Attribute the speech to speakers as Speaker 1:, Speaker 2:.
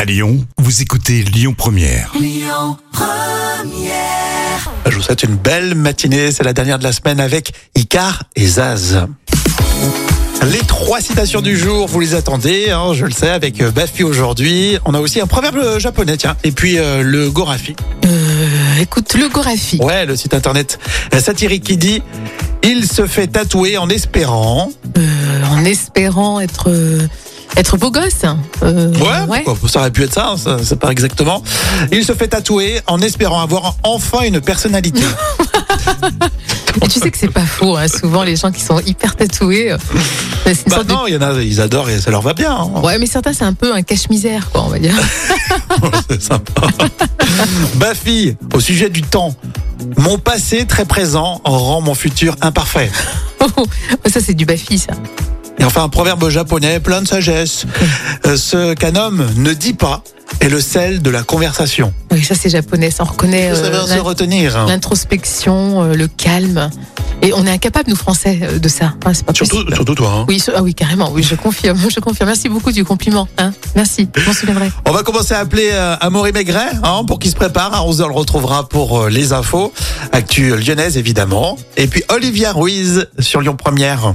Speaker 1: À Lyon, vous écoutez Lyon Première.
Speaker 2: Bah, Je vous souhaite une belle matinée. C'est la dernière de la semaine avec Icar et Zaz. Les trois citations du jour, vous les attendez, hein, je le sais, avec euh, Bafi aujourd'hui. On a aussi un proverbe euh, japonais, tiens. Et puis euh, le Gorafi.
Speaker 3: Euh, écoute, le Gorafi.
Speaker 2: Ouais, le site internet euh, satirique qui dit Il se fait tatouer en espérant.
Speaker 3: Euh, en espérant être, euh, être beau gosse. hein. Euh,
Speaker 2: pourquoi ça aurait pu être ça, hein, ça- c'est pas exactement. Il se fait tatouer en espérant avoir enfin une personnalité.
Speaker 3: Et tu sais que c'est pas faux. hein. Souvent, les gens qui sont hyper tatoués, euh, c'est une
Speaker 2: bah
Speaker 3: sorte de-
Speaker 2: non, il y en a, ils adorent et ça leur va bien. hein.
Speaker 3: Ouais, mais certains, c'est un peu un cache-misère, quoi, on va dire.
Speaker 2: C'est sympa. Bafi, au sujet du temps. Mon passé très présent rend mon futur imparfait.
Speaker 3: ça, c'est du bafi, ça.
Speaker 2: Et enfin, un proverbe japonais plein de sagesse. Euh, ce qu'un homme ne dit pas est le sel de la conversation.
Speaker 3: Oui, ça, c'est japonais. Ça, on reconnaît
Speaker 2: Vous
Speaker 3: euh,
Speaker 2: savez se
Speaker 3: l'in-
Speaker 2: retenir. hein.
Speaker 3: l'introspection, euh, le calme. Et on est incapable, nous, Français, euh, de ça. hein, c'est pas possible.
Speaker 2: toi. hein.
Speaker 3: Oui, sur- ah oui, carrément. Oui, je confirme. Je confirme. Merci beaucoup du compliment. hein. Merci. Je m'en souviendrai.
Speaker 2: On va commencer à appeler euh, Amaury Maigret hein, pour qu'il se prépare. À 11h, on le retrouvera pour euh, les infos. Actu lyonnaise, évidemment. Et puis Olivia Ruiz sur Lyon Première.